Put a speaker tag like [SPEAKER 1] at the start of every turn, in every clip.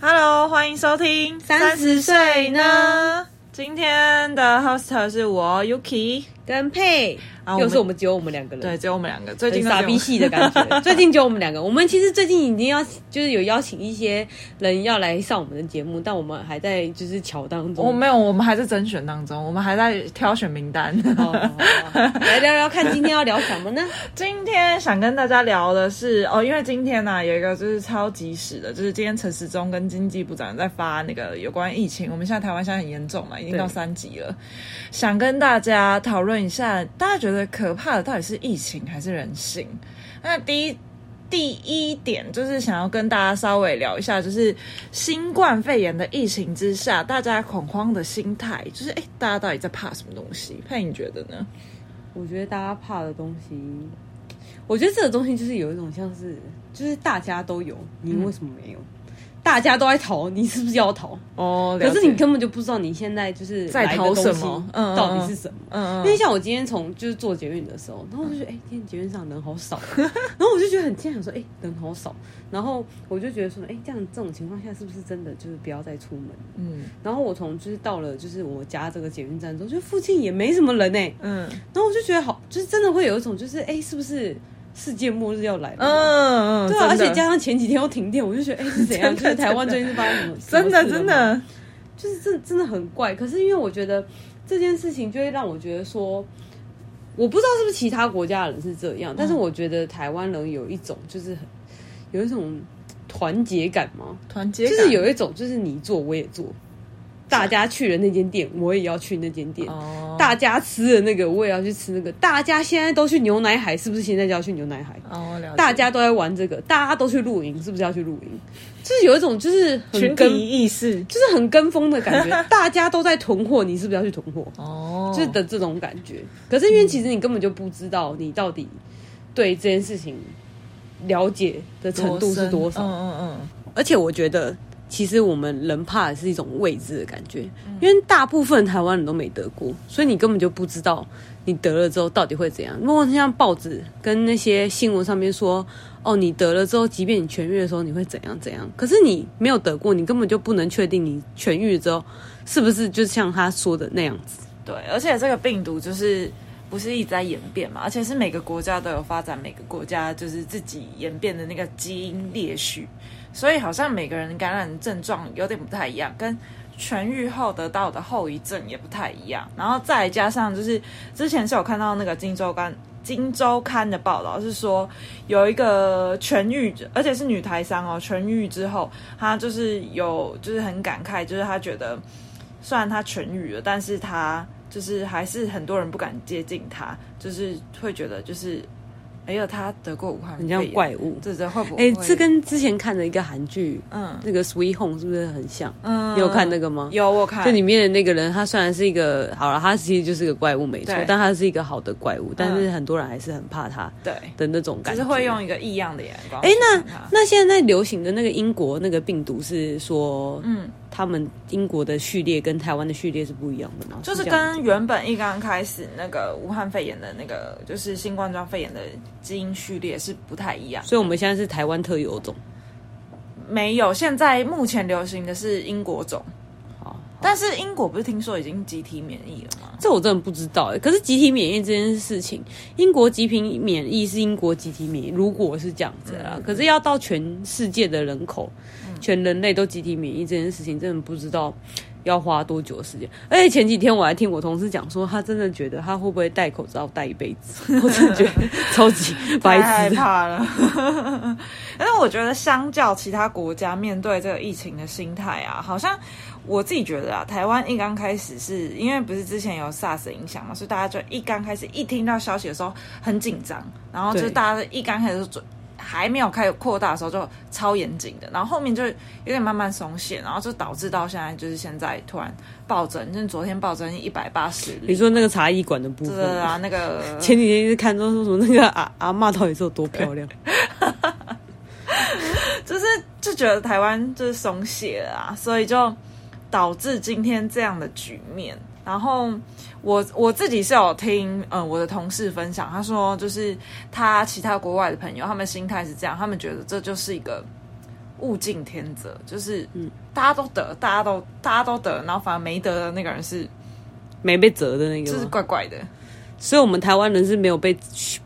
[SPEAKER 1] Hello，欢迎收听
[SPEAKER 2] 30岁呢。
[SPEAKER 1] 今天的 host 是我 Yuki，
[SPEAKER 2] 跟佩，
[SPEAKER 1] 啊我们
[SPEAKER 2] 又是我们只有我们两个人，
[SPEAKER 1] 对，只有我们两个，最
[SPEAKER 2] 很
[SPEAKER 1] 近都
[SPEAKER 2] 傻
[SPEAKER 1] 只有我
[SPEAKER 2] 逼
[SPEAKER 1] 们
[SPEAKER 2] 系的感 觉。最近只有我们两个，我们其实最近已经要就是有邀请一些人要来上我们的节目，但我们还在就是桥当中。
[SPEAKER 1] 我没有，我们还在甄选当中，我们还在挑选名单。
[SPEAKER 2] 好好好好哦来聊聊看今天要聊什么呢？
[SPEAKER 1] 今天想跟大家聊的是哦，因为今天呢、有一个就是超级史的，就是今天陈时中跟经济部长在发那个有关疫情，我们现在台湾现在很严重嘛，已经到
[SPEAKER 2] 对
[SPEAKER 1] 三级了，想跟大家讨论一下，大家觉得可怕的到底是疫情还是人性？那第一。第一点就是想要跟大家稍微聊一下，就是新冠肺炎的疫情之下，大家恐慌的心态，就是哎、诶大家到底在怕什么东西？佩，你觉得呢？
[SPEAKER 2] 我觉得大家怕的东西，我觉得这个东西就是有一种像是，就是大家都有，你为什么没有？嗯大家都在逃，你是不是要逃？
[SPEAKER 1] 哦
[SPEAKER 2] 可是你根本就不知道你现在就是
[SPEAKER 1] 在逃
[SPEAKER 2] 来的东西
[SPEAKER 1] 什么嗯嗯嗯
[SPEAKER 2] 到底是什么？
[SPEAKER 1] 嗯嗯，
[SPEAKER 2] 因为像我今天从就是坐捷运的时候，然后我就觉得，哎、今天捷运上人好少，然后我就觉得很惊讶，想说，哎、人好少，然后我就觉得说，哎、这样这种情况下是不是真的就是不要再出门？
[SPEAKER 1] 嗯。
[SPEAKER 2] 然后我从就是到了就是我家这个捷运站之后，就附近也没什么人哎、
[SPEAKER 1] 嗯
[SPEAKER 2] 然后我就觉得好，就是真的会有一种就是，哎、是不是世界末日要来了？
[SPEAKER 1] 嗯，
[SPEAKER 2] 对啊，而
[SPEAKER 1] 真的
[SPEAKER 2] 且加上前几天又停电，我就觉得哎、是怎样？
[SPEAKER 1] 真的
[SPEAKER 2] 就是台湾最近是发生什么？
[SPEAKER 1] 真
[SPEAKER 2] 什
[SPEAKER 1] 的
[SPEAKER 2] 么事了
[SPEAKER 1] 真
[SPEAKER 2] 吗
[SPEAKER 1] 的，
[SPEAKER 2] 就是这真的很怪。可是因为我觉得这件事情，就会让我觉得说，我不知道是不是其他国家的人是这样，
[SPEAKER 1] 嗯
[SPEAKER 2] 但是我觉得台湾人有一种就是很有一种团结感嘛，
[SPEAKER 1] 团结
[SPEAKER 2] 就
[SPEAKER 1] 感
[SPEAKER 2] 是有一种就是你做我也做，大家去了那间店，我也要去那间店。
[SPEAKER 1] 哦
[SPEAKER 2] 大家吃的那个，我也要去吃那个。大家现在都去牛奶海，是不是现在就要去牛奶海？
[SPEAKER 1] 哦，了解
[SPEAKER 2] 大家都在玩这个，大家都去露营，是不是要去露营？就是有一种就是很
[SPEAKER 1] 群
[SPEAKER 2] 跟
[SPEAKER 1] 体意识
[SPEAKER 2] 就是很跟风的感觉，大家都在囤货，你是不是要去囤货？
[SPEAKER 1] 哦，
[SPEAKER 2] 就是的这种感觉。可是因为其实你根本就不知道你到底对这件事情了解的程度是多
[SPEAKER 1] 嗯
[SPEAKER 2] 少，
[SPEAKER 1] 嗯嗯，
[SPEAKER 2] 而且我觉得。其实我们人怕的是一种未知的感觉，
[SPEAKER 1] 嗯
[SPEAKER 2] 因为大部分台湾人都没得过，所以你根本就不知道你得了之后到底会怎样。如果像报纸跟那些新闻上面说，哦，你得了之后，即便你痊愈的时候，你会怎样怎样，可是你没有得过，你根本就不能确定你痊愈之后是不是就像他说的那样子。
[SPEAKER 1] 对，而且这个病毒就是。不是一直在演变嘛，而且是每个国家都有发展，每个国家就是自己演变的那个基因列序，所以好像每个人感染症状有点不太一样，跟痊愈后得到的后遗症也不太一样。然后再加上就是之前是有看到那个《金周刊》《金周刊》的报道，是说有一个痊愈者，而且是女台商哦，痊愈之后，她就是有就是很感慨，就是她觉得虽然她痊愈了，但是她就是还是很多人不敢接近她，就是会觉得就是。哎呀，她得过武汉
[SPEAKER 2] 很
[SPEAKER 1] 肺炎，
[SPEAKER 2] 像怪物。
[SPEAKER 1] 这这会不会？
[SPEAKER 2] 哎、这跟之前看的一个韩剧，
[SPEAKER 1] 嗯
[SPEAKER 2] 那个《Sweet Home》是不是很像？
[SPEAKER 1] 嗯，
[SPEAKER 2] 你有看那个吗？
[SPEAKER 1] 有我看，
[SPEAKER 2] 就里面的那个人，他虽然是一个好了，他其实就是个怪物没错
[SPEAKER 1] 对，
[SPEAKER 2] 但他是一个好的怪物，但是很多人还是很怕他
[SPEAKER 1] 对，
[SPEAKER 2] 的那种
[SPEAKER 1] 只
[SPEAKER 2] 感觉。
[SPEAKER 1] 是会用一个异样的眼光。
[SPEAKER 2] 哎、那
[SPEAKER 1] 看它
[SPEAKER 2] 那现在流行的那个英国那个病毒是说，
[SPEAKER 1] 嗯，
[SPEAKER 2] 他们英国的序列跟台湾的序列是不一样的吗？
[SPEAKER 1] 就是
[SPEAKER 2] 这样
[SPEAKER 1] 跟原本一刚开始那个武汉肺炎的那个，就是新冠状肺炎的基因序列是不太一样。
[SPEAKER 2] 所以我们现在是台湾特有种。
[SPEAKER 1] 没有，现在目前流行的是英国种，
[SPEAKER 2] 好，
[SPEAKER 1] 但是英国不是听说已经集体免疫了吗？
[SPEAKER 2] 这我真的不知道哎。可是集体免疫这件事情，英国集体免疫是英国集体免疫，如果是这样子
[SPEAKER 1] 嗯
[SPEAKER 2] 啦，可是要到全世界的人口，全人类都集体免疫这件事情，真的不知道。要花多久的时间？而且前几天我还听我同事讲说，他真的觉得他会不会戴口罩戴一辈子？ 我真的觉得超 级白
[SPEAKER 1] 太害
[SPEAKER 2] 痴的。
[SPEAKER 1] 怕了。 但是我觉得，相较其他国家面对这个疫情的心态啊，好像我自己觉得啊，台湾一刚开始是因为不是之前有 SARS 影响嘛，所以大家就一刚开始一听到消息的时候很紧张，然后就
[SPEAKER 2] 对
[SPEAKER 1] 大家一刚开始就。还没有开始扩大的时候就超严谨的，然后后面就有点慢慢松懈，然后就导致到现在就是现在突然暴增，就是昨天暴增一百八十
[SPEAKER 2] 你
[SPEAKER 1] 例，
[SPEAKER 2] 说那个茶艺馆的部分
[SPEAKER 1] 对
[SPEAKER 2] 吗，
[SPEAKER 1] 啊，那个
[SPEAKER 2] 前几天一直看到说什么那个阿阿嬷到底是有多 漂亮？
[SPEAKER 1] 就是就觉得台湾就是松懈了啊，所以就导致今天这样的局面。然后我我自己是有听，嗯、我的同事分享，他说就是他其他国外的朋友，他们心态是这样，他们觉得这就是一个物竞天择，就是大家都得，大家都大家都得，然后反而没得的那个人是
[SPEAKER 2] 没被折的那个
[SPEAKER 1] 就
[SPEAKER 2] 吗，
[SPEAKER 1] 是怪怪的。
[SPEAKER 2] 所以我们台湾人是没有被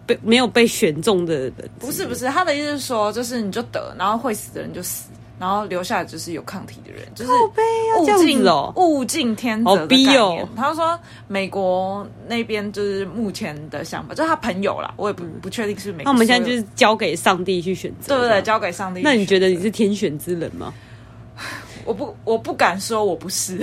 [SPEAKER 2] 被没有被选中的人，
[SPEAKER 1] 不是不是，他的意思是说，就是你就得，然后会死的人就死，然后留下来就是有抗体的人，就是
[SPEAKER 2] 要
[SPEAKER 1] 物
[SPEAKER 2] 这样
[SPEAKER 1] 竞
[SPEAKER 2] 子哦
[SPEAKER 1] 物竞天择
[SPEAKER 2] 好
[SPEAKER 1] 的概
[SPEAKER 2] 逼哦
[SPEAKER 1] 念。他说美国那边就是目前的想法，就是他朋友啦，我也不、不确定是美
[SPEAKER 2] 嗯那
[SPEAKER 1] 国
[SPEAKER 2] 我
[SPEAKER 1] 所有。
[SPEAKER 2] 们现在就是交给上帝去选
[SPEAKER 1] 对
[SPEAKER 2] 择，
[SPEAKER 1] 对
[SPEAKER 2] 这
[SPEAKER 1] 对，
[SPEAKER 2] 样
[SPEAKER 1] 交给上帝。
[SPEAKER 2] 那你觉得你是天选之人吗？
[SPEAKER 1] 我不我不敢说我不 是，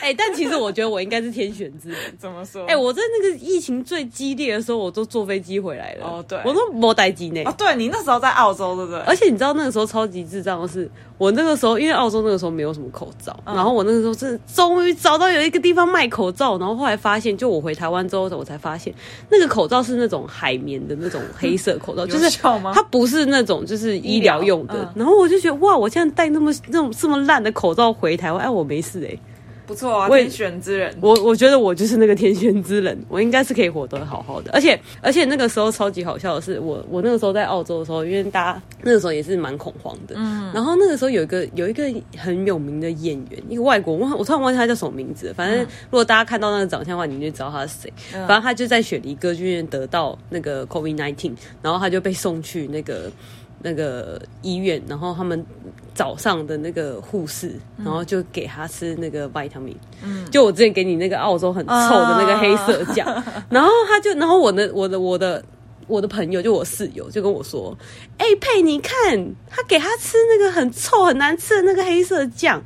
[SPEAKER 2] 哎、但其实我觉得我应该是天选之人。
[SPEAKER 1] 怎么说？
[SPEAKER 2] 哎、我在那个疫情最激烈的时候，我都坐飞机回来了。
[SPEAKER 1] 哦对
[SPEAKER 2] 我都没待机呢。
[SPEAKER 1] 啊，对你那时候在澳洲，对不对？
[SPEAKER 2] 而且你知道那个时候超级智障的是，我那个时候因为澳洲那个时候没有什么口罩，
[SPEAKER 1] 嗯
[SPEAKER 2] 然后我那个时候真的终于找到有一个地方卖口罩，然后后来发现，就我回台湾之后我才发现，那个口罩是那种海绵的那种黑色口罩，
[SPEAKER 1] 嗯有
[SPEAKER 2] 就是
[SPEAKER 1] 效吗
[SPEAKER 2] 它不是那种就是医疗用的
[SPEAKER 1] 医疗嗯。
[SPEAKER 2] 然后我就觉得哇，我现在戴那么那种这么烂的口罩回台湾，哎，我没事哎、
[SPEAKER 1] 不错啊，
[SPEAKER 2] 我也
[SPEAKER 1] 天选之人。
[SPEAKER 2] 我我觉得我就是那个天选之人，我应该是可以活得好好的。而且而且那个时候超级好笑的是，我我那个时候在澳洲的时候，因为大家那个时候也是蛮恐慌的，嗯，然后那个时候有一个有一个很有名的演员，一个外国，我我突然忘记他叫什么名字了，反正如果大家看到那个长相的话，你就知道他是谁。
[SPEAKER 1] 嗯
[SPEAKER 2] 反正他就在雪梨歌剧院得到那个 COVID nineteen，然后他就被送去那个那个医院，然后他们早上的那个护士，然后就给他吃那个 vitamin，嗯，就我之前给你那个澳洲很臭的那个黑色酱，然后他就，然后我的我的我的我的朋友就我室友就跟我说，哎、佩你看他给他吃那个很臭很难吃的那个黑色酱。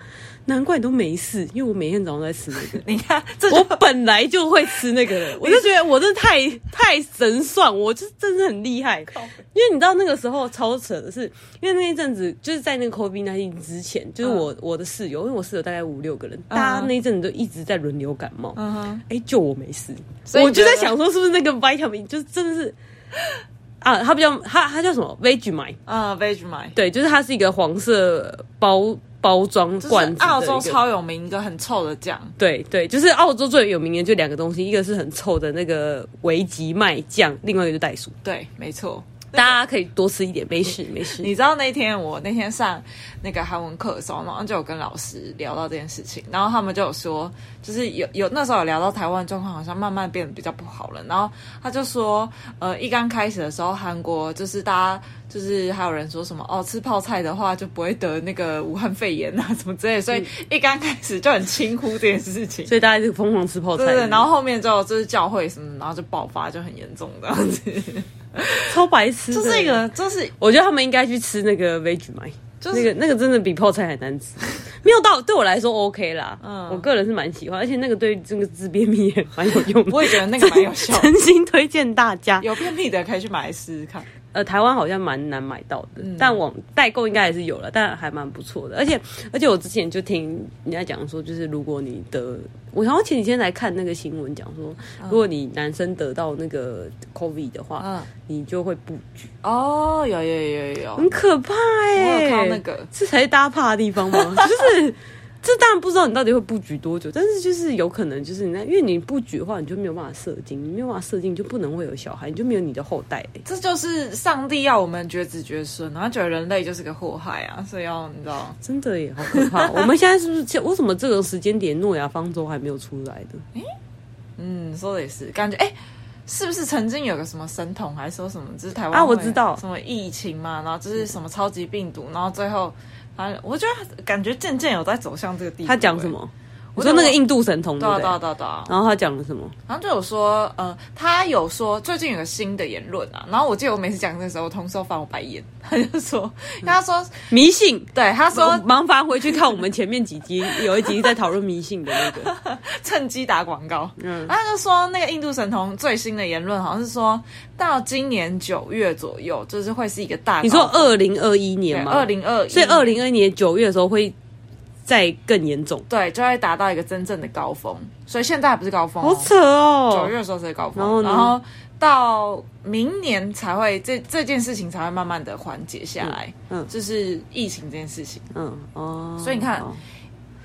[SPEAKER 2] 难怪你都没事，因为我每天早上都在吃那个。
[SPEAKER 1] 嗯你看， 这
[SPEAKER 2] 我
[SPEAKER 1] 就
[SPEAKER 2] 本来就会吃那个 了，我就觉得我真的太 太神算，我就真的很厉害。因为你知道那个时候超扯的是，因为那一阵子就是在那个 COVID 1 9之前，就是
[SPEAKER 1] 嗯
[SPEAKER 2] 我、我的室友，因为我室友大概五六个人，大家那一阵子都一直在轮流感冒。
[SPEAKER 1] 嗯哼，
[SPEAKER 2] 哎、就我没事，
[SPEAKER 1] 所以
[SPEAKER 2] 我
[SPEAKER 1] 你觉
[SPEAKER 2] 就
[SPEAKER 1] 得
[SPEAKER 2] 在想说是不是那个 vitamin 就是真的是啊，它比较它它叫什么 Vegemite，
[SPEAKER 1] 啊 v e g e m i
[SPEAKER 2] 对，就是它是一个黄色包包装
[SPEAKER 1] 就是
[SPEAKER 2] 罐子的
[SPEAKER 1] 澳洲
[SPEAKER 2] 一个
[SPEAKER 1] 超有名一个很臭的酱，
[SPEAKER 2] 对对，就是澳洲最有名的就两个东西，一个是很臭的那个维吉麦酱，另外一个就袋鼠。
[SPEAKER 1] 对，没错。
[SPEAKER 2] 大家可以多吃一点，没事没事。
[SPEAKER 1] 你知道那天我那天上那个韩文课的时候，然后就有跟老师聊到这件事情，然后他们就有说，就是有有那时候有聊到台湾状况好像慢慢变得比较不好了，然后他就说，呃，一刚开始的时候，韩国就是呃大家就是还有人说什么哦，吃泡菜的话就不会得那个武汉肺炎啊什么之类的，所以一刚开始就很轻忽这件事 情。
[SPEAKER 2] 所以大家就疯狂吃泡菜，
[SPEAKER 1] 对对，对然后后面就就是教会什么，然后就爆发，就很严重这样子。
[SPEAKER 2] 超白痴。
[SPEAKER 1] 这是一，个，这是
[SPEAKER 2] 我觉得他们应该去吃那个 veg 麦，
[SPEAKER 1] 就
[SPEAKER 2] 那
[SPEAKER 1] 是
[SPEAKER 2] 个那个真的比泡菜还难吃。没有到对我来说 OK 啦，我个人是蛮喜欢，而且那个对这个自便秘也蛮有用的。
[SPEAKER 1] 我也觉得那个蛮有效的
[SPEAKER 2] 真心推荐大家。
[SPEAKER 1] 有便秘的可以去买来试试看。
[SPEAKER 2] 呃，台湾好像蛮难买到的，
[SPEAKER 1] 嗯
[SPEAKER 2] 但网代购应该还是有了，但还蛮不错的。而且而且我之前就听人家讲说，就是如果你得，我好像前几天来看那个新闻讲说，如果你男生得到那个 COVID 的话，
[SPEAKER 1] 嗯
[SPEAKER 2] 你就会布局，
[SPEAKER 1] 哦，有有有有有
[SPEAKER 2] 很，可怕哎、
[SPEAKER 1] 我有看到那个
[SPEAKER 2] 这才是大家怕的 地方吗？就是。这当然不知道你到底会布局多久，但是就是有可能，就是你那，因为你布局的话，你就没有办法射精，你没有办法射精，你就不能会有小孩，你就没有你的后代、欸。
[SPEAKER 1] 这就是上帝要我们绝子绝孙，然后觉得人类就是个祸害啊，所以要你知道，
[SPEAKER 2] 真的耶，好可怕！ 我们现在是不是？为什么这个时间点诺亚方舟还没有出来的？
[SPEAKER 1] 哎嗯，说的也是，感觉哎。是不是曾经有个什么神童，还说什么就是台湾
[SPEAKER 2] 啊
[SPEAKER 1] 会
[SPEAKER 2] 我知道
[SPEAKER 1] 什么疫情嘛，然后就是什么超级病毒，然后最后，反正我觉得感觉渐渐有在走向这个地步。
[SPEAKER 2] 他讲
[SPEAKER 1] 哎
[SPEAKER 2] 什？么？
[SPEAKER 1] 我
[SPEAKER 2] 我说那个印度神
[SPEAKER 1] 对
[SPEAKER 2] 童对
[SPEAKER 1] 啊
[SPEAKER 2] 不
[SPEAKER 1] 对
[SPEAKER 2] 对？
[SPEAKER 1] 啊对啊对啊，
[SPEAKER 2] 然后他讲了什么？
[SPEAKER 1] 然后就有说，呃，他有说最近有个新的言论啊，然后我记得我每次讲的时候，我同事都翻我白眼， 他就说，
[SPEAKER 2] 嗯
[SPEAKER 1] 因为他说，
[SPEAKER 2] 迷信。
[SPEAKER 1] 对，他
[SPEAKER 2] 说
[SPEAKER 1] 说
[SPEAKER 2] 麻烦回去看我们前面几集，有一集在讨论迷信的那 个。
[SPEAKER 1] 趁机打广告，
[SPEAKER 2] 嗯
[SPEAKER 1] 嗯，他就说那个印度神童最新的言论好像是说到今年九月左右，就是会是一个大，
[SPEAKER 2] 你说二零二一年吗？
[SPEAKER 1] 哦二，零二，
[SPEAKER 2] 所以二零二一年九月的时候会再更严重，
[SPEAKER 1] 对就会达到一个真正的高峰，所以现在还不是高峰、
[SPEAKER 2] 好
[SPEAKER 1] 哦，
[SPEAKER 2] 扯哦！
[SPEAKER 1] 九月的时候才高峰，
[SPEAKER 2] 然后呢
[SPEAKER 1] 到明年才会这这件事情才会慢慢的缓解下来，
[SPEAKER 2] 嗯
[SPEAKER 1] 嗯，
[SPEAKER 2] 嗯
[SPEAKER 1] 就是疫情这件事情，
[SPEAKER 2] 嗯哦，
[SPEAKER 1] 所以你看
[SPEAKER 2] 哦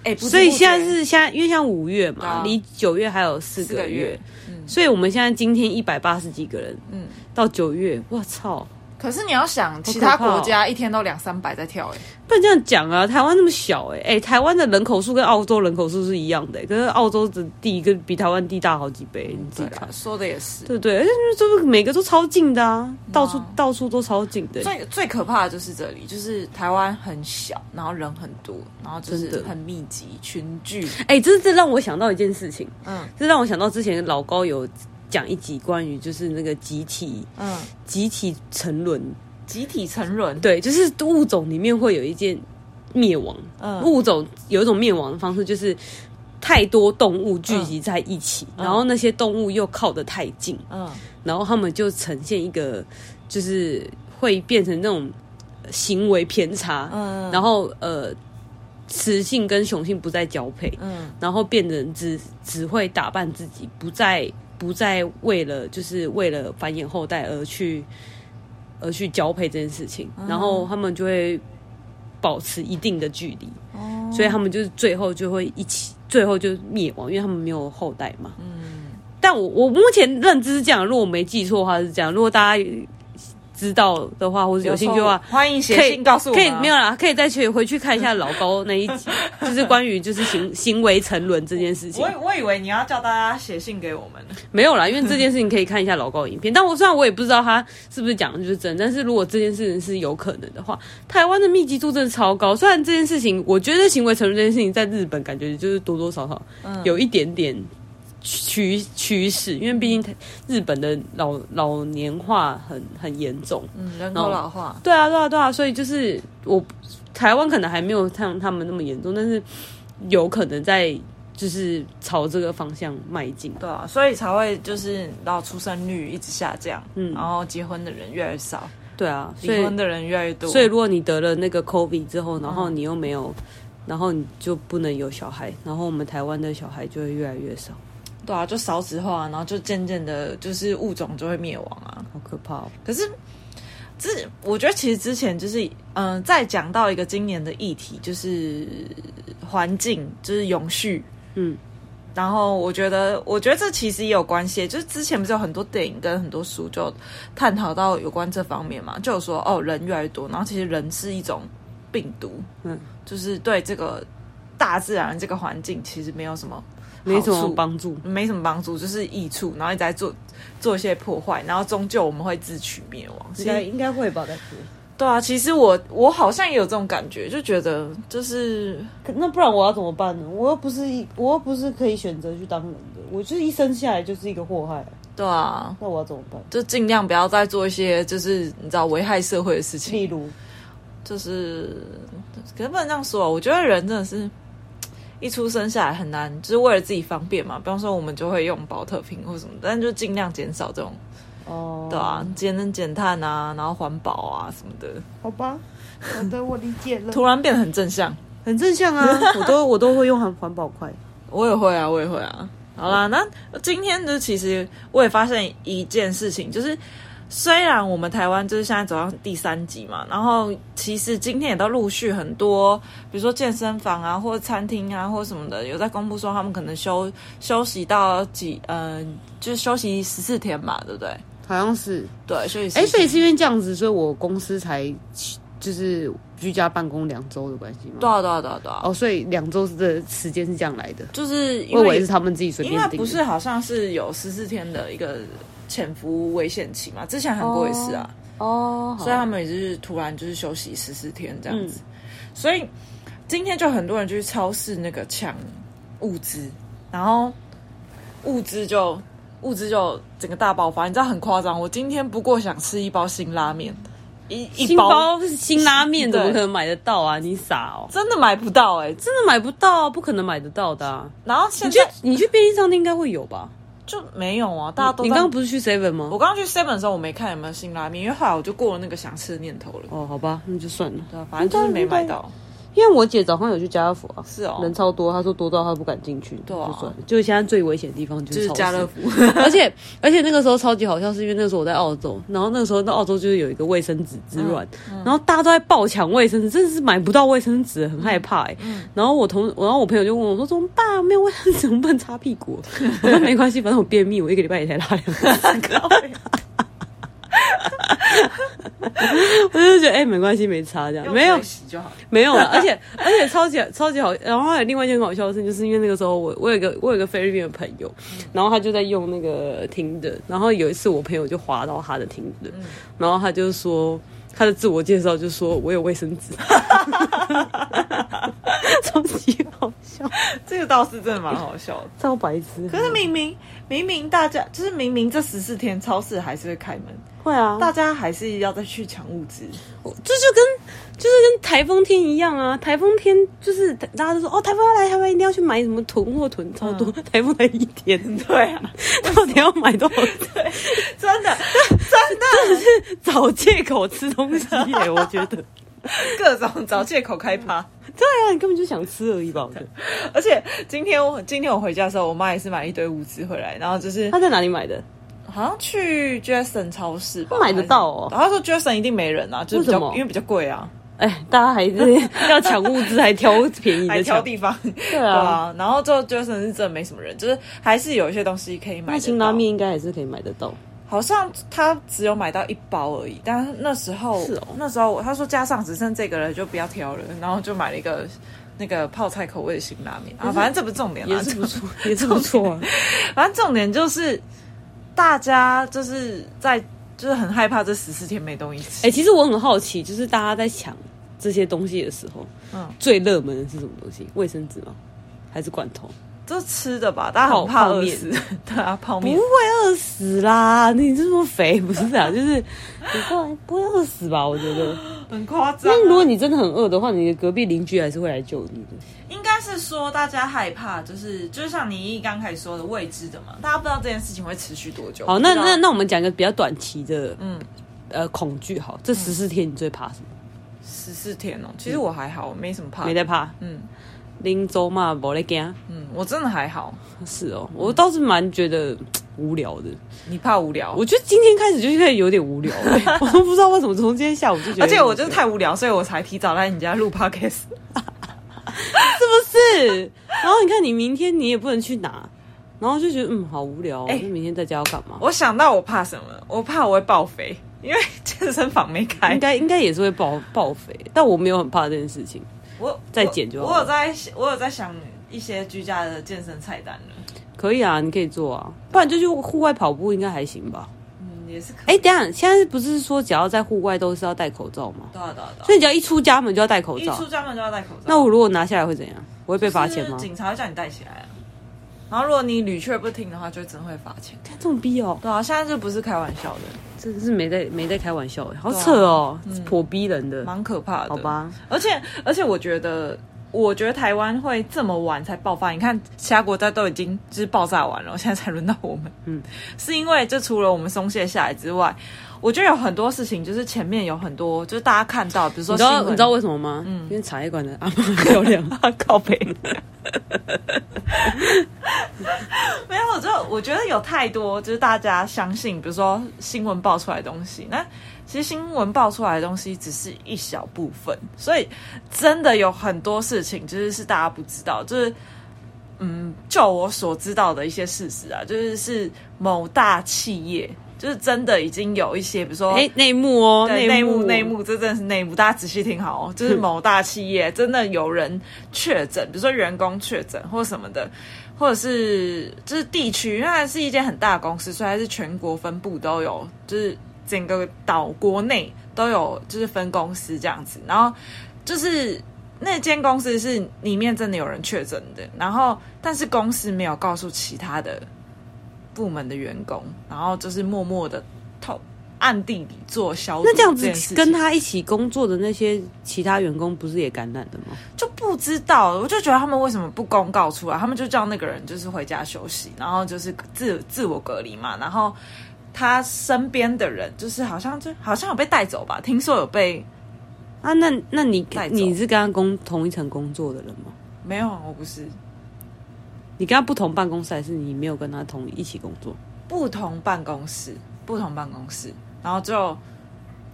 [SPEAKER 1] 哎、不知
[SPEAKER 2] 所以
[SPEAKER 1] 不觉
[SPEAKER 2] 现在是现在，因为像五月
[SPEAKER 1] 对
[SPEAKER 2] 嘛，
[SPEAKER 1] 啊
[SPEAKER 2] 离九月还有四
[SPEAKER 1] 四
[SPEAKER 2] 个
[SPEAKER 1] 个
[SPEAKER 2] 月
[SPEAKER 1] 月，，嗯
[SPEAKER 2] 所以我们现在今天一百八十几个人，
[SPEAKER 1] 嗯，
[SPEAKER 2] 到九月，我操！
[SPEAKER 1] 可可是你要想，其
[SPEAKER 2] 好
[SPEAKER 1] 他
[SPEAKER 2] 可怕哦
[SPEAKER 1] 国家一天都两三百在跳、欸，哎，
[SPEAKER 2] 不能这样讲啊，台湾那么小哎、欸、哎、台湾的人口数跟澳洲人口数是一样的、欸，可是澳洲的地跟比台湾地大好几倍，你自己看，
[SPEAKER 1] 啊说的也是。
[SPEAKER 2] 啊对不对？而且就是每个都超近的啊，到处到处都超近的欸、
[SPEAKER 1] 最最可怕的就是这里，就是台湾很小，然后人很多，然后就
[SPEAKER 2] 真
[SPEAKER 1] 是
[SPEAKER 2] 的
[SPEAKER 1] 很密集群 聚。
[SPEAKER 2] 哎、这这让我想到一件事情，
[SPEAKER 1] 嗯
[SPEAKER 2] 这让我想到之前老高有讲一集关于就是那个集体
[SPEAKER 1] 嗯，
[SPEAKER 2] 集体沉沦，
[SPEAKER 1] 集体成人，
[SPEAKER 2] 对，就是物种里面会有一件灭亡，
[SPEAKER 1] 嗯
[SPEAKER 2] 物种有一种灭亡的方式，就是太多动物聚集在一起，
[SPEAKER 1] 嗯
[SPEAKER 2] 然后那些动物又靠得太近，
[SPEAKER 1] 嗯
[SPEAKER 2] 然后它们就呈现一个就是会变成那种呃行为偏差，
[SPEAKER 1] 嗯，
[SPEAKER 2] 然后呃雌性跟雄性不再交配，
[SPEAKER 1] 嗯
[SPEAKER 2] 然后变成只只会打扮自己，不再不再为了就是为了繁衍后代而去而去交配这件事情，然后他们就会保持一定的距离，
[SPEAKER 1] 哦
[SPEAKER 2] 所以他们就是最后就会一起，最后就灭亡，因为他们没有后代嘛。嗯，但我我目前认知是这样，如果我没记错的话是这样，如果大家知道的话，或者有兴趣的话
[SPEAKER 1] 错。欢迎
[SPEAKER 2] 可
[SPEAKER 1] 写
[SPEAKER 2] 以
[SPEAKER 1] 信告诉我
[SPEAKER 2] 可
[SPEAKER 1] 们
[SPEAKER 2] 以
[SPEAKER 1] 啊，
[SPEAKER 2] 没有啦，可以再去回去看一下老高那一 集，就是关于就是行行为沉沦这件事情
[SPEAKER 1] 我。以我以为你要叫大家写信给我们呢，
[SPEAKER 2] 没有啦，因为这件事情可以看一下老高的影片。但我虽然我也不知道他是不是讲的就是真，但是如果这件事情是有可能的话，台湾的密集度真的超高。虽然这件事情，我觉得行为沉沦这件事情在日本感觉就是多多少少
[SPEAKER 1] 嗯
[SPEAKER 2] 有一点点趋趋势，因为毕竟台日本的老老年化很很严重。
[SPEAKER 1] 嗯，人口老化，
[SPEAKER 2] 对啊，对啊，对啊，所以就是我台湾可能还没有像他们那么严重，但是有可能在就是朝这个方向迈进。
[SPEAKER 1] 对啊，所以才会就是到出生率一直下降，
[SPEAKER 2] 嗯
[SPEAKER 1] 然后结婚的人越来越少，
[SPEAKER 2] 对啊，所
[SPEAKER 1] 离
[SPEAKER 2] 以
[SPEAKER 1] 婚的人越来越多，
[SPEAKER 2] 所以如果你得了那个 COVID 之后，然后你又没有，然后你就不能有小孩，然后我们台湾的小孩就会越来越少，
[SPEAKER 1] 对啊，就少子化，然后就渐渐的，就是物种就会灭亡啊。
[SPEAKER 2] 好可怕、哦。
[SPEAKER 1] 可是之，我觉得其实之前就是，嗯、再讲到一个今年的议题，就是环境，就是永续，
[SPEAKER 2] 嗯。
[SPEAKER 1] 然后我觉得，我觉得这其实也有关系，就是之前不是有很多电影跟很多书就探讨到有关这方面嘛，就有说哦，人越来越多，然后其实人是一种病毒，
[SPEAKER 2] 嗯，
[SPEAKER 1] 就是对这个大自然这个环境其实没有什么
[SPEAKER 2] 没什
[SPEAKER 1] 好
[SPEAKER 2] 么
[SPEAKER 1] 处
[SPEAKER 2] 帮助，
[SPEAKER 1] 没什么帮助，就是益处，然后一直在做做一些破坏，然后终究我们会自取灭亡。其实
[SPEAKER 2] 应该会吧？感觉。
[SPEAKER 1] 对啊，其实我我好像也有这种感觉，就觉得就是
[SPEAKER 2] 可那不然我要怎么办呢？我又不是一，我又不是可以选择去当人的，我就是一生下来就是一个祸害，
[SPEAKER 1] 对啊，
[SPEAKER 2] 那我要怎么办？
[SPEAKER 1] 就尽量不要再做一些就是你知道危害社会的事情，
[SPEAKER 2] 如，
[SPEAKER 1] 就是可是不能这样说啊。我觉得人真的是。一出生下来很难，就是为了自己方便嘛。比方说，我们就会用保特瓶或什么，但就尽量减少这种，
[SPEAKER 2] 哦、
[SPEAKER 1] 对啊，节能减碳啊，然后环保啊什么的。
[SPEAKER 2] 好吧，好的，我理解了，
[SPEAKER 1] 突然变得很正向，
[SPEAKER 2] 很正向啊，我都我都会用环环保筷，
[SPEAKER 1] 我也会啊，我也会啊。好啦，那今天呢，其实我也发现一件事情，就是虽然我们台湾就是现在走到第三级嘛，然后其实今天也都陆续很多，比如说健身房啊，或者餐厅啊，或者什么的，有在公布说他们可能休休息到几，嗯、就是休息十四天嘛，对不对？
[SPEAKER 2] 好像是，
[SPEAKER 1] 对，休息14
[SPEAKER 2] 哎、所以是因为这样子，所以我公司才就是居家办公两周的关系吗？
[SPEAKER 1] 对啊，对啊，对啊，对啊，
[SPEAKER 2] 哦，所以两周的时间是这样来的，
[SPEAKER 1] 就是因
[SPEAKER 2] 我以为
[SPEAKER 1] 为
[SPEAKER 2] 是他们自己随
[SPEAKER 1] 因为
[SPEAKER 2] 便
[SPEAKER 1] 它
[SPEAKER 2] 定的，
[SPEAKER 1] 不是啊好像是有十四天的一个潜伏危险期嘛，之前韩国也是啊。
[SPEAKER 2] 哦，
[SPEAKER 1] 所以他们也就是突然就是休息十四天这样子。
[SPEAKER 2] 嗯
[SPEAKER 1] 所以今天就很多人就去超市那个抢物资，然后物资就物资就整个大爆发，你知道很夸张。我今天不过想吃一包辛拉面，一一
[SPEAKER 2] 新包新拉面怎么
[SPEAKER 1] 对
[SPEAKER 2] 可能买得到啊？你傻哦，
[SPEAKER 1] 真的买不到哎、这
[SPEAKER 2] 真的买不到，不可能买得到的、啊。
[SPEAKER 1] 然后
[SPEAKER 2] 你
[SPEAKER 1] 现
[SPEAKER 2] 去
[SPEAKER 1] 在
[SPEAKER 2] 你去便利商店应该会有吧？
[SPEAKER 1] 就没有啊，大家都
[SPEAKER 2] 你
[SPEAKER 1] 在
[SPEAKER 2] 刚刚不是去 Seven 吗
[SPEAKER 1] 我？刚刚去 Seven 的时候，我没看有没有辛拉面，因为后来我就过了那个想吃的念头了。
[SPEAKER 2] 哦，好吧，那就算了。
[SPEAKER 1] 对啊，反正就是没买到。
[SPEAKER 2] 因为我姐早上有去家乐福啊，
[SPEAKER 1] 是哦
[SPEAKER 2] 人超多，她说多到她不敢进去，
[SPEAKER 1] 对啊
[SPEAKER 2] 就算了。就是现在最危险的地方就
[SPEAKER 1] 就是是
[SPEAKER 2] 超市
[SPEAKER 1] 家乐，福，
[SPEAKER 2] 而且而且那个时候超级好笑，是因为那时候我在澳洲，然后那个时候在澳洲就是有一个卫生纸之乱，
[SPEAKER 1] 嗯
[SPEAKER 2] 然后大家都在爆抢卫生纸，真的是买不到卫生纸，很害怕哎、
[SPEAKER 1] 嗯
[SPEAKER 2] 然后我同然后我朋友就问我说怎么办？没有卫生纸，我不能擦屁股。 我说没关系，反正我便秘，我一个礼拜也才拉两次。 我就觉得哎、没关系，没差这样，没有
[SPEAKER 1] 用水洗就好。
[SPEAKER 2] 没有了，而且 而且超级超级好，然后还有另外一件很好笑的事情，就是因为那个时候我我有一个我有一个菲律宾的朋友，然后他就在用那个听的，然后有一次我朋友就滑到他的听的，
[SPEAKER 1] 嗯
[SPEAKER 2] 然后他就说他的自我介绍就说我有卫生纸， 超级好笑，
[SPEAKER 1] 这个倒是真的蛮好笑的。
[SPEAKER 2] 超白痴，
[SPEAKER 1] 可是明明明明大家就是明明这十四天超市还是会开门，
[SPEAKER 2] 会啊，
[SPEAKER 1] 大家还是要再去抢物资。
[SPEAKER 2] 这就跟就是跟台风天一样啊！台风天就是大家都说哦，台风要来，台湾一定要去买什么囤货囤超多，台风来一天，
[SPEAKER 1] 嗯对啊，
[SPEAKER 2] 到底要买多少？
[SPEAKER 1] 真 的真的
[SPEAKER 2] 是 找借口吃东西 耶！我觉得，
[SPEAKER 1] 各种找借口开趴。
[SPEAKER 2] 对啊，你根本就想吃而已吧？我觉得
[SPEAKER 1] 而且今天我今天我回家的时候，我妈也是买一堆物资回来，然后就是
[SPEAKER 2] 他在哪里买的？
[SPEAKER 1] 好像去 Jason 超市吧，
[SPEAKER 2] 买得到哦
[SPEAKER 1] 还是她说 Jason 一定没人啊，就是比
[SPEAKER 2] 为什
[SPEAKER 1] 较
[SPEAKER 2] 么
[SPEAKER 1] 因为比较贵啊，
[SPEAKER 2] 哎，大家还是要抢物资，还挑便宜
[SPEAKER 1] 还
[SPEAKER 2] 的
[SPEAKER 1] 挑
[SPEAKER 2] 抢。
[SPEAKER 1] 地方。 对
[SPEAKER 2] 啊
[SPEAKER 1] 啊，然后就 Jason 是真的没什么人，就是还是有一些东西可以买
[SPEAKER 2] 那
[SPEAKER 1] 得
[SPEAKER 2] 辛
[SPEAKER 1] 到
[SPEAKER 2] 拉面应该还是可以买得到。
[SPEAKER 1] 好像他只有买到一包而已，但是那时候
[SPEAKER 2] 是哦
[SPEAKER 1] 那时候我他说加上只剩这个了，就不要挑了，然后就买了一个那个泡菜口味的辛拉面啊，反正这不是重点啦，
[SPEAKER 2] 也是不错，也是不错 啊！
[SPEAKER 1] 反正重点就是大家就是在就是很害怕这十四天没东西吃，
[SPEAKER 2] 哎、其实我很好奇，就是大家在抢这些东西的时候，
[SPEAKER 1] 嗯
[SPEAKER 2] 最热门的是什么东西？卫生纸吗？还是罐头？
[SPEAKER 1] 就吃的吧，大家很怕
[SPEAKER 2] 泡泡
[SPEAKER 1] 饿
[SPEAKER 2] 面
[SPEAKER 1] 死， 对啊，泡
[SPEAKER 2] 不
[SPEAKER 1] 面
[SPEAKER 2] 会。饿死啦！你这么肥，不是啊？就是你知道不会饿死吧？我觉得。
[SPEAKER 1] 很夸张、啊
[SPEAKER 2] 那。如果你真的很饿的话，你的隔壁邻居还是会来救你的。
[SPEAKER 1] 应该是说大家害怕，就是就像你刚开始说的未知的嘛，大家不知道这件事情会持续多久。
[SPEAKER 2] 好，那
[SPEAKER 1] 不知道
[SPEAKER 2] 那那我们讲一个比较短期的，嗯
[SPEAKER 1] 嗯，
[SPEAKER 2] 呃，恐惧。好，这十四天你最怕什么？
[SPEAKER 1] 十四天哦，其实我还好，我没什么怕的。
[SPEAKER 2] 嗯没在怕，
[SPEAKER 1] 嗯
[SPEAKER 2] 拎走嘛，无咧惊。
[SPEAKER 1] 嗯，我真的还好。
[SPEAKER 2] 是哦，我倒是蛮觉得无聊的。
[SPEAKER 1] 你怕无聊，
[SPEAKER 2] 我觉得今天开始就开始有点 无聊了，我都不知道为什么从今天下午就觉得有
[SPEAKER 1] 而
[SPEAKER 2] 点
[SPEAKER 1] 且
[SPEAKER 2] 无聊，
[SPEAKER 1] 我就是太无聊，所以我才提早来你家录 podcast。
[SPEAKER 2] 是不是？然后你看，你明天你也不能去拿，然后就觉得嗯，好无聊哦。
[SPEAKER 1] 哎
[SPEAKER 2] 那明天在家要干嘛？
[SPEAKER 1] 我想到我怕什么，我怕我会爆肥，因为健身房没
[SPEAKER 2] 应
[SPEAKER 1] 开。
[SPEAKER 2] 该应该也是会爆爆肥，但我没有很怕这件事情。
[SPEAKER 1] 我
[SPEAKER 2] 再减就好
[SPEAKER 1] 我我有在，我有在想一些居家的健身菜单了。
[SPEAKER 2] 可以啊，你可以做啊，不然就去户外跑步应该还行吧？
[SPEAKER 1] 嗯，也是可以。
[SPEAKER 2] 哎、等一下，现在不是说只要在户外都是要戴口罩吗？
[SPEAKER 1] 对啊对啊对啊
[SPEAKER 2] 所以你只要一出家门就要戴口
[SPEAKER 1] 一
[SPEAKER 2] 罩
[SPEAKER 1] 出。家门就要戴口罩。
[SPEAKER 2] 那我如果拿下来会怎样？我会被
[SPEAKER 1] 被
[SPEAKER 2] 罚钱吗？
[SPEAKER 1] 警察会叫你戴起来啊。然后如果你屡劝不听的话，就真会罚钱。
[SPEAKER 2] 看这种逼哦，
[SPEAKER 1] 对啊，现在这不是开玩笑的，
[SPEAKER 2] 真是没在没在开玩笑哎，好
[SPEAKER 1] 对啊
[SPEAKER 2] 扯哦，颇、逼人的，
[SPEAKER 1] 蛮可怕的。
[SPEAKER 2] 好吧？
[SPEAKER 1] 而且而且，我觉得，我觉得台湾会这么晚才爆发。你看，其他国家都已经就是爆炸完了，现 在才轮到我们。
[SPEAKER 2] 嗯
[SPEAKER 1] 嗯，是因为就除了我们松懈下来之外，我觉得有很多事情就是前面有很多就是大家看到，比如
[SPEAKER 2] 你
[SPEAKER 1] 说
[SPEAKER 2] 知
[SPEAKER 1] 新
[SPEAKER 2] 道
[SPEAKER 1] 闻，嗯
[SPEAKER 2] 你知道为什么吗？因为茶叶馆的阿妈很漂亮， 靠北。
[SPEAKER 1] 没有？我就我觉得有太多就是大家相信，比如说新闻爆出来的东西，那。其实新闻爆出来的东西只是一小部分，所以真的有很多事情就是是大家不知道，就是嗯，就我所知道的一些事实啊，就是是某大企业，就是真的已经有一些，比如说。
[SPEAKER 2] 哎，内幕哦，
[SPEAKER 1] 对内
[SPEAKER 2] 幕
[SPEAKER 1] 幕内，幕，这真的是内幕，大家仔细听好哦。就是某大企业真的有人确诊，比如说员工确诊或什么的，或者是就是地区，因为它是一间很大的公司，所以它是全国分部都有，就是整个岛国内都有就是分公司这样子。然后就是那间公司是里面真的有人确诊的，然后但是公司没有告诉其他的部门的员工，然后就是默默的偷暗地里做消毒。
[SPEAKER 2] 那这样
[SPEAKER 1] 件事
[SPEAKER 2] 子
[SPEAKER 1] 情
[SPEAKER 2] 跟他一起工作的那些其他员工不是也感染了吗？
[SPEAKER 1] 就不知道，我就觉得他们为什么不公告出来？他们就叫那个人就是回家休息，然后就是自自我隔离嘛，然后他身边的人就是好像就好像有被带走吧，听说有被
[SPEAKER 2] 啊，那那你
[SPEAKER 1] 带走
[SPEAKER 2] 你是跟他工同一层工作的人吗？
[SPEAKER 1] 没有，我不是
[SPEAKER 2] 你跟他不同办公室，还是你没有跟他同一起工作？
[SPEAKER 1] 不同办公室，不同办公室，然后就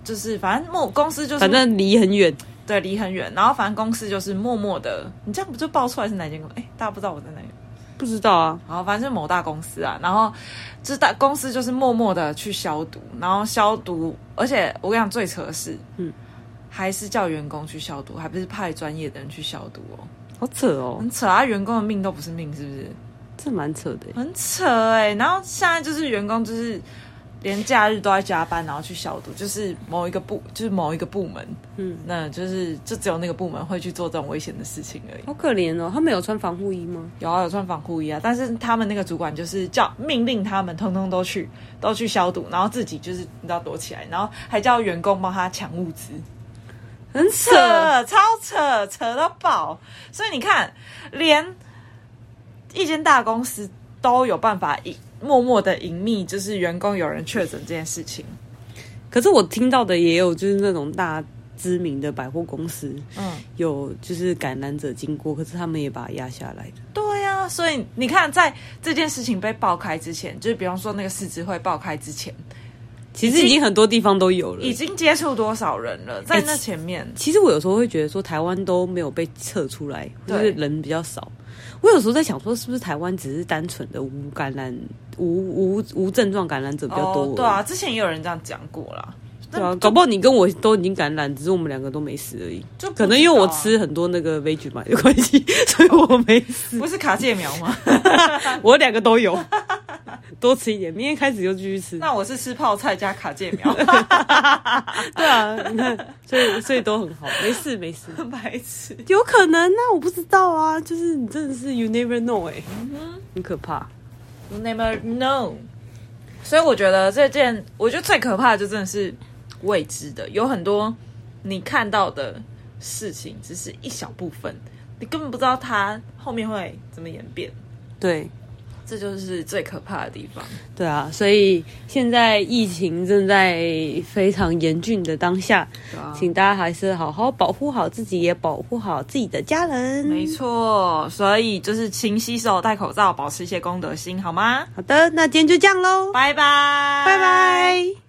[SPEAKER 1] 就是反正默公司就是
[SPEAKER 2] 反正离很远，
[SPEAKER 1] 对离很远，然后反正公司就是默默的，你这样不就爆出来是哪间公司？哎，大家不知道我在哪里。
[SPEAKER 2] 不知道啊，
[SPEAKER 1] 然后反正是某大公司啊，然后就是大公司就是默默的去消毒，然后消毒，而且我跟你讲最扯的是，
[SPEAKER 2] 嗯
[SPEAKER 1] 嗯，还是叫员工去消毒，还不是派专业的人去消毒哦，
[SPEAKER 2] 好扯哦，
[SPEAKER 1] 很扯啊！员工的命都不是命，是不是？
[SPEAKER 2] 这蛮扯的耶。欸
[SPEAKER 1] 很扯哎、然后现在就是员工就是连假日都在加班，然后去消毒，就是某一个部，就是某一个部门，
[SPEAKER 2] 嗯
[SPEAKER 1] 嗯，那就是就只有那个部门会去做这种危险的事情而已。
[SPEAKER 2] 好可怜哦，他们有穿防护衣吗？
[SPEAKER 1] 有啊，有穿防护衣啊，但是他们那个主管就是叫命令他们通通都去都去消毒，然后自己就是你知道躲起来，然后还叫员工帮他抢物资，
[SPEAKER 2] 很扯
[SPEAKER 1] 扯， 超扯，扯到爆。所以你看，连一间大公司都有办法隐默默的隐秘，就是员工有人确诊这件事情。
[SPEAKER 2] 可是我听到的也有，就是那种大知名的百货公司
[SPEAKER 1] 嗯，
[SPEAKER 2] 有就是感染者经过，可是他们也把它压下来的。
[SPEAKER 1] 对呀、所以你看，在这件事情被爆开之前，就是比方说那个市值会爆开之前，
[SPEAKER 2] 其实已经很多地方都有了
[SPEAKER 1] 已。经接触多少人了？在那前面，
[SPEAKER 2] 其实我有时候会觉得说，台湾都没有被测出来，就
[SPEAKER 1] 对
[SPEAKER 2] 是人比较少。我有时候在想说，是不是台湾只是单纯的无感染、无无无症状感染者比较多、
[SPEAKER 1] 哦，对啊，之前也有人这样讲过啦。
[SPEAKER 2] 对啊，搞不好你跟我都已经感染，只是我们两个都没事而已。
[SPEAKER 1] 就不
[SPEAKER 2] 可能因为我
[SPEAKER 1] 知道啊
[SPEAKER 2] 吃很多那个 veg 嘛有关 系，所以我没事。
[SPEAKER 1] 不是卡介苗吗？
[SPEAKER 2] 我两个都有， 多吃一点，明天开始就继续吃。
[SPEAKER 1] 那我是吃泡菜加卡介 苗，
[SPEAKER 2] 对啊，你看，所以所以都很好，没事没事。
[SPEAKER 1] 白痴。
[SPEAKER 2] 有可能那、我不知道啊，就是你真的是 you never know 哎、
[SPEAKER 1] 嗯
[SPEAKER 2] 很可怕。
[SPEAKER 1] You never know。所以我觉得这件，我觉得最可怕的就真的是未知的，有很多你看到的事情只是一小部分，你根本不知道它后面会怎么演变，
[SPEAKER 2] 对
[SPEAKER 1] 这就是最可怕的地方。
[SPEAKER 2] 对啊，所以现在疫情正在非常严峻的当下，
[SPEAKER 1] 啊
[SPEAKER 2] 请大家还是好好保护好自己，也保护好自己的家人。
[SPEAKER 1] 没错，所以就是勤洗手、戴口罩，保持一些公德心，好吗？
[SPEAKER 2] 好的，那今天就这样喽，
[SPEAKER 1] 拜拜，
[SPEAKER 2] 拜拜